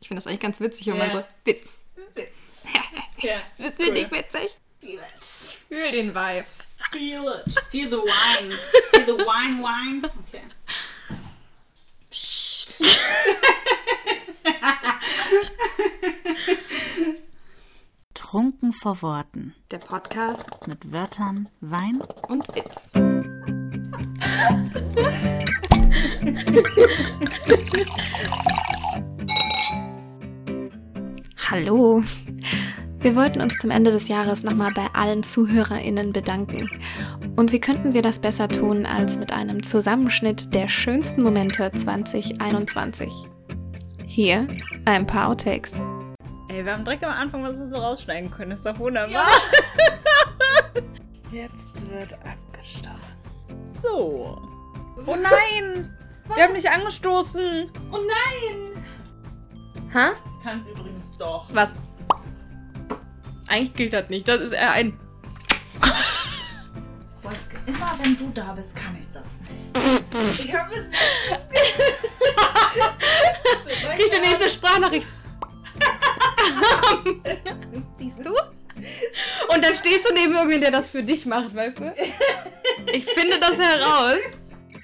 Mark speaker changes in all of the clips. Speaker 1: Ich finde das eigentlich ganz witzig, wenn
Speaker 2: Ja.
Speaker 1: man so, Witz,
Speaker 2: Witz. Ja.
Speaker 1: das finde
Speaker 2: cool.
Speaker 1: ich witzig.
Speaker 2: Feel it.
Speaker 1: Fühl den Vibe.
Speaker 2: Feel it. Feel the wine. Feel the wine, wine. Okay. Psst.
Speaker 3: Trunken vor Worten.
Speaker 1: Der Podcast
Speaker 3: Mit Wörtern, Wein
Speaker 1: und Witz.
Speaker 4: Hallo. Wir wollten uns zum Ende des Jahres nochmal bei allen ZuhörerInnen bedanken. Und wie könnten wir das besser tun als mit einem Zusammenschnitt der schönsten Momente 2021? Hier ein paar Outtakes.
Speaker 5: Ey, wir haben direkt am Anfang was wir so rausschneiden können. Ist doch wunderbar. Jetzt wird abgestochen. So. Oh nein! Wir haben nicht angestoßen!
Speaker 1: Oh Ha?
Speaker 2: Ich kann es übrigens doch.
Speaker 1: Was? Eigentlich gilt das nicht. Das ist eher ein.
Speaker 2: Wolfgang, Immer wenn du da bist, kann ich das nicht. Ich habe es
Speaker 1: Krieg die nächste Sprachnachricht.
Speaker 2: Siehst
Speaker 1: du? Und dann stehst du neben irgendwen, der das für dich macht, weißt du? Ich finde das heraus.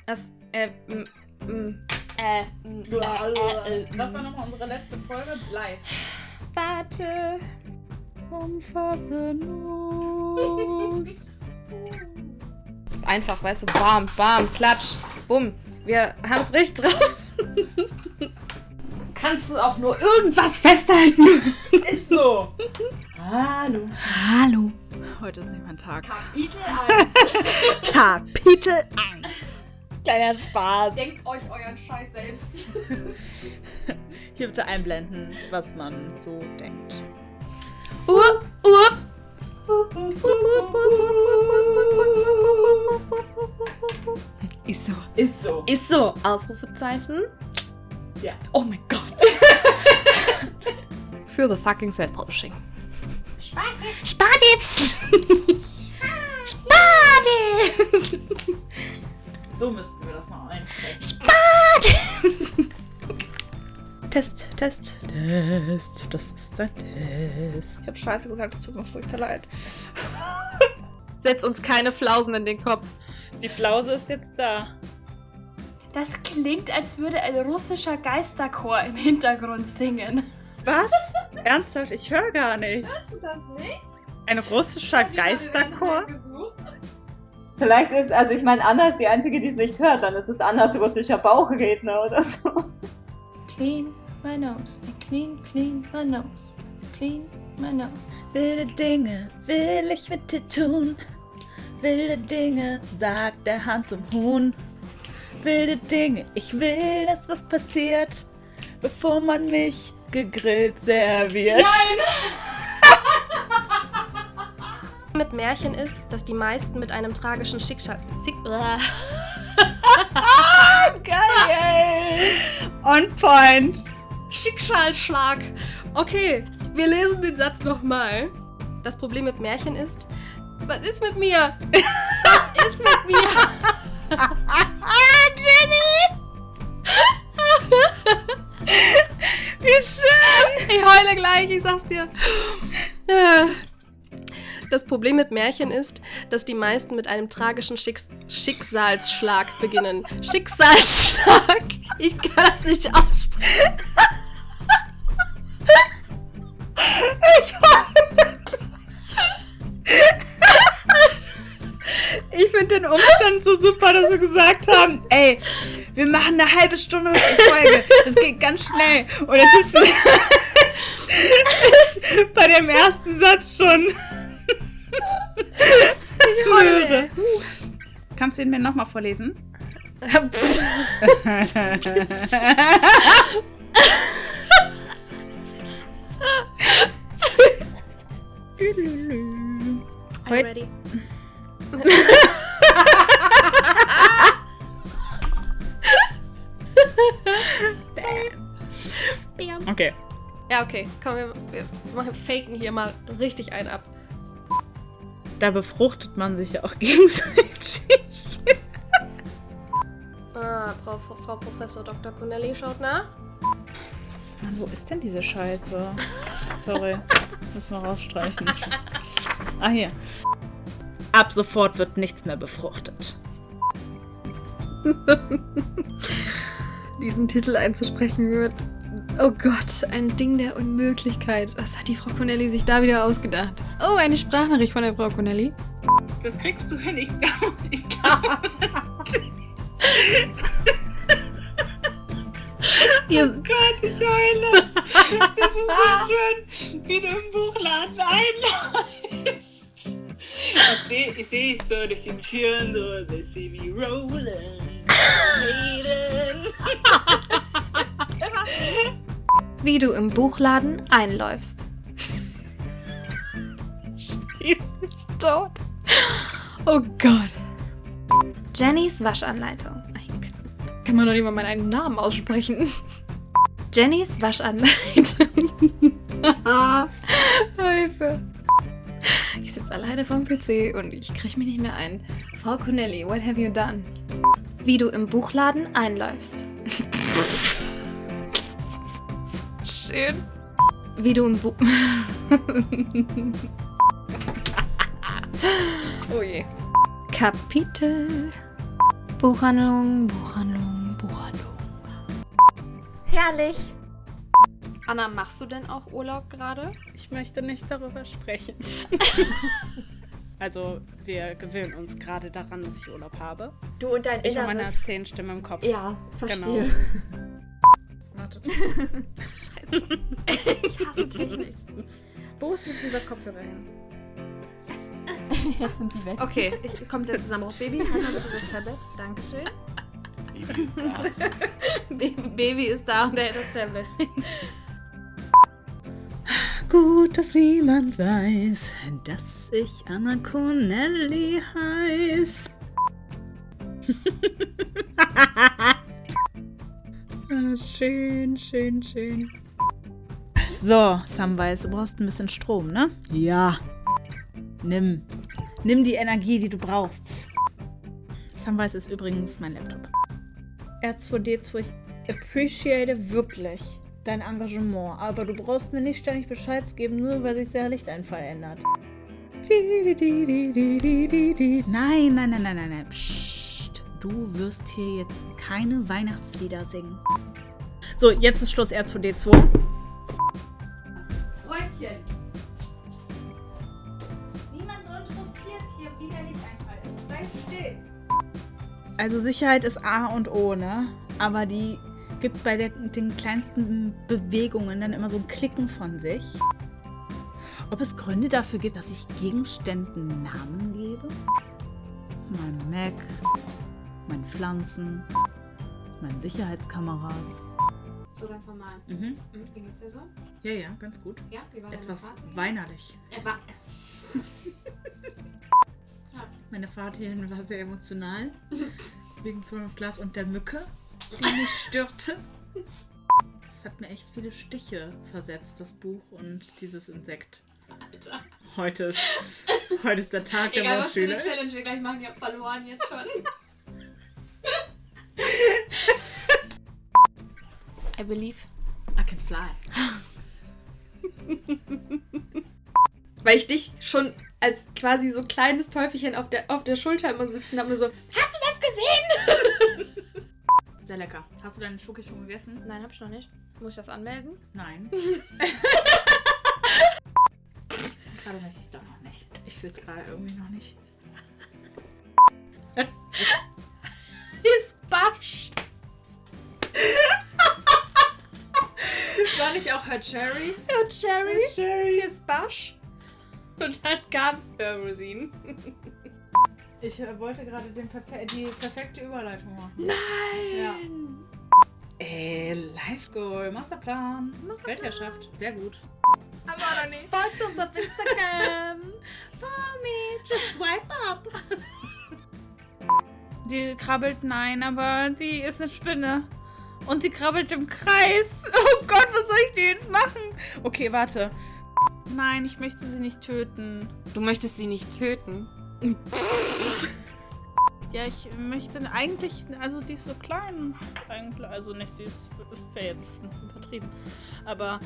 Speaker 1: Das, äh, m, m, äh, m, äh, äh, äh,
Speaker 2: Das war nochmal unsere letzte Folge live.
Speaker 1: warte.
Speaker 5: Umfassenlos.
Speaker 1: Einfach, weißt du, bam, bam, klatsch, bumm. Wir haben es richtig drauf. Kannst du auch nur irgendwas festhalten?
Speaker 2: Ist so. Hallo.
Speaker 1: Hallo.
Speaker 5: Heute ist nicht mein Tag.
Speaker 1: Kapitel 1.
Speaker 5: Kapitel 1. Kleiner Spaß.
Speaker 1: Denkt euch euren Scheiß selbst.
Speaker 5: Hier bitte einblenden, was man so denkt.
Speaker 1: Uhr, Uhr. Ist so.
Speaker 2: Ist so.
Speaker 1: Ist so. Ausrufezeichen.
Speaker 2: Ja.
Speaker 1: Oh mein Gott. Für the fucking Self-Publishing. Spartipps. Spartipps.
Speaker 2: So müssten wir das mal einsprechen.
Speaker 5: Test, Test, Test. Das ist ein Test. Ich habe Scheiße gesagt, es tut mir furchtbar leid.
Speaker 1: Setz uns keine Flausen in den Kopf.
Speaker 5: Die Flause ist jetzt da.
Speaker 6: Das klingt, als würde ein russischer Geisterchor im Hintergrund singen.
Speaker 5: Was? Ernsthaft? Ich höre gar nichts.
Speaker 1: Hast du das nicht?
Speaker 5: Ein russischer Geisterchor?
Speaker 7: Vielleicht ist, also ich meine, Anna ist die Einzige, die es nicht hört. Dann ist es Annas russischer Bauchredner oder so.
Speaker 6: Clean my nose. Clean, clean my nose. Clean my nose.
Speaker 5: Wilde Dinge will ich mit dir tun. Wilde Dinge, sagt der Hahn zum Huhn. Wilde Dinge, ich will, dass was passiert, bevor man mich gegrillt serviert.
Speaker 8: mit Märchen ist, dass die meisten mit einem tragischen Schicksal. Sick, äh,
Speaker 5: Geil! On point!
Speaker 8: Schicksalsschlag. Okay, wir lesen den Satz nochmal. Das Problem mit Märchen ist. Was ist mit mir? Was ist mit mir? Ich heule gleich, ich sag's dir. Das Problem mit Märchen ist, dass die meisten mit einem tragischen Schicks Schicksalsschlag beginnen. Schicksalsschlag? Ich kann das nicht aussprechen.
Speaker 5: Ich finde den Umstand so super, dass wir gesagt haben, ey, wir machen eine halbe Stunde Folge. Das geht ganz schnell. Und jetzt ist bei dem ersten Satz schon. Ich heule. Kannst du ihn mir nochmal vorlesen?
Speaker 8: I'm ready.
Speaker 5: Okay.
Speaker 8: Ja, okay. Komm, wir, wir machen faken hier mal richtig einen ab.
Speaker 5: Da befruchtet man sich ja auch gegenseitig.
Speaker 8: Ah, Frau, Frau, Frau Professor Dr. Connelly schaut nach.
Speaker 5: Mann, wo ist denn diese Scheiße? Sorry, müssen wir rausstreichen. Ah, hier. Ab sofort wird nichts mehr befruchtet.
Speaker 8: diesen Titel einzusprechen wird. Oh Gott, ein Ding der Unmöglichkeit. Was hat die Frau Connelly sich da wieder ausgedacht? Oh, eine Sprachnachricht von der Frau Connelly.
Speaker 2: Das kriegst du hin, ich glaube. Ich glaube.
Speaker 8: Ihr,
Speaker 2: Oh Gott, ich heule. Das ist so schön, wie du im Buchladen einläufst. Ich sehe ich seh dich so durch die Türen, so, they see me rolling. Hating.
Speaker 4: Wie du im Buchladen einläufst.
Speaker 5: Schieß mich
Speaker 4: Tot.
Speaker 8: oh Gott.
Speaker 4: Jennys Waschanleitung.
Speaker 8: Kann man doch nicht mal meinen Namen aussprechen.
Speaker 4: Jennys Waschanleitung.
Speaker 8: Oh, Hilfe. Ich sitze alleine vorm PC und ich kriege mich nicht mehr ein. Frau Connelly, what have you done?
Speaker 4: Wie du im Buchladen einläufst.
Speaker 8: Schön.
Speaker 4: Wie du im Bu
Speaker 8: Oh je.
Speaker 4: Kapitel. Buchhandlung, Buchhandlung, Buchhandlung.
Speaker 9: Herrlich.
Speaker 1: Anna, machst du denn auch Urlaub gerade?
Speaker 5: Ich möchte nicht darüber sprechen. also, wir gewöhnen uns gerade daran, dass ich Urlaub habe.
Speaker 10: Du und dein
Speaker 5: Ich und meine
Speaker 10: Inneres.
Speaker 5: zehn Stimmen im Kopf.
Speaker 10: Ja, verstehe.
Speaker 5: Genau.
Speaker 10: Wartet.
Speaker 11: Ich hasse Technik.
Speaker 5: Wo ist jetzt dieser Kopfhörer hin?
Speaker 10: Jetzt sind sie weg.
Speaker 11: Okay, ich komme wieder zusammen raus. Baby, halt mal bitte das Tablet. Dankeschön. Baby ist da. Baby ist da und er hat das Tablet.
Speaker 9: Gut, dass niemand weiß, dass ich Anna Connelly heiß.
Speaker 5: Ah, schön, schön, schön. So, Samwise, du brauchst ein bisschen Strom, ne? Ja. Nimm. Nimm die Energie, die du brauchst. Samwise ist übrigens mein Laptop. R2D2, ich appreciate wirklich dein Engagement, aber du brauchst mir nicht ständig Bescheid geben, nur weil sich der Lichteinfall ändert. Di, di, di, di, di, di, di, di. Nein, nein, nein, nein, nein, nein. Psst. Du wirst hier jetzt keine Weihnachtslieder singen. So, jetzt ist Schluss R2D2.
Speaker 2: Freundchen. Niemand interessiert hier, wie der Lichteinfall ist. Sei still.
Speaker 5: Also Sicherheit ist A und O, ne? Aber die gibt bei der, den kleinsten Bewegungen dann immer so ein Klicken von sich. Ob es Gründe dafür gibt, dass ich Gegenständen Namen gebe? Mein Mac, meinen Pflanzen, meinen Sicherheitskameras.
Speaker 1: So ganz normal. Hm,
Speaker 5: Mhm.
Speaker 1: Wie geht's dir so?
Speaker 5: Ja, ja, ganz gut.
Speaker 1: Ja, wie war
Speaker 5: Etwas weinerlich. Meine Fahrt hierhin war sehr emotional. Wegen Fünf Glas und der Mücke, die mich störte. Es hat mir echt viele Stiche versetzt, das Buch und dieses Insekt.
Speaker 1: Alter.
Speaker 5: Heute ist, heute ist der Tag der
Speaker 1: Egal, was für eine
Speaker 5: Wortschüler.
Speaker 1: Challenge wir gleich machen, ich hab verloren jetzt schon. I believe.
Speaker 5: I can fly.
Speaker 1: Weil ich dich schon als quasi so kleines Teufelchen auf der, auf der Schulter immer sitzen habe und so,
Speaker 5: Sehr lecker. Hast du deinen Schoki schon gegessen?
Speaker 1: nein, hab ich noch nicht. Muss ich das anmelden?
Speaker 5: Nein. gerade möchte ich doch noch nicht. Ich fühle es gerade irgendwie noch nicht.
Speaker 1: Ist Basch!
Speaker 5: War nicht auch Her Cherry?
Speaker 1: Und Sherry? Hier ist Basch. Und dann kam äh, Rosine.
Speaker 5: Ich äh, wollte gerade den perfe die perfekte Überleitung machen. Ja. Ey, Life Goal, Masterplan, Weltherrschaft, sehr gut.
Speaker 1: Folgt uns auf Instagram.
Speaker 5: Swipe up! Die krabbelt, nein, aber die ist eine Spinne. Und sie krabbelt im Kreis. Oh Gott, was soll ich denn jetzt machen? Okay, warte. Nein, ich möchte sie nicht töten.
Speaker 1: Du möchtest sie nicht töten.
Speaker 5: Ja, ich möchte eigentlich, also die ist so klein, eigentlich, also nicht süß, wäre jetzt übertrieben. Aber,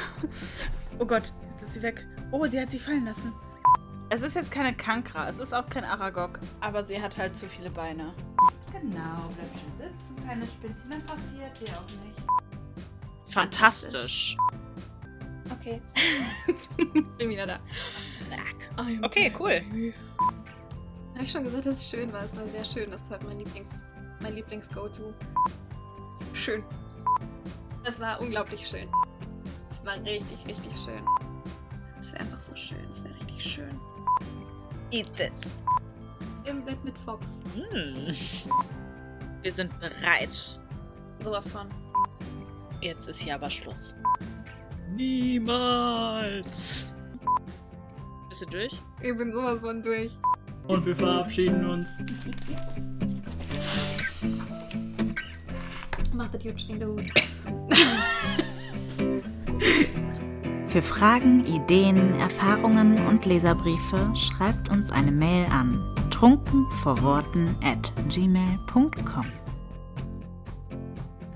Speaker 5: oh Gott, jetzt ist sie weg. Oh, sie hat sie fallen lassen. Es ist jetzt keine Kankra, es ist auch kein Aragog, aber sie hat halt zu viele Beine. Genau, bleib schön sitzen, keine Spinzen, dann passiert dir auch nicht. Fantastisch.
Speaker 12: Okay. Bin wieder da.
Speaker 1: Oh,
Speaker 5: Okay, cool.
Speaker 1: Habe ich schon gesagt, dass es schön war. Es war sehr schön. Das ist heute mein Lieblings, mein Lieblings-Go-To. Schön. Das war unglaublich schön. Es war richtig, richtig schön. Es wäre einfach so schön. Es wäre richtig schön.
Speaker 5: Eat this.
Speaker 1: Im Bett mit Fox.
Speaker 5: Hm. Wir sind bereit.
Speaker 1: Sowas von.
Speaker 5: Jetzt ist hier aber Schluss. Niemals! Bist du durch?
Speaker 1: Ich bin sowas von durch.
Speaker 13: Und wir verabschieden uns.
Speaker 1: Macht das gut, schwingt gut.
Speaker 14: Für Fragen, Ideen, Erfahrungen und Leserbriefe schreibt uns eine Mail an trunkenvorworten at gmail.com.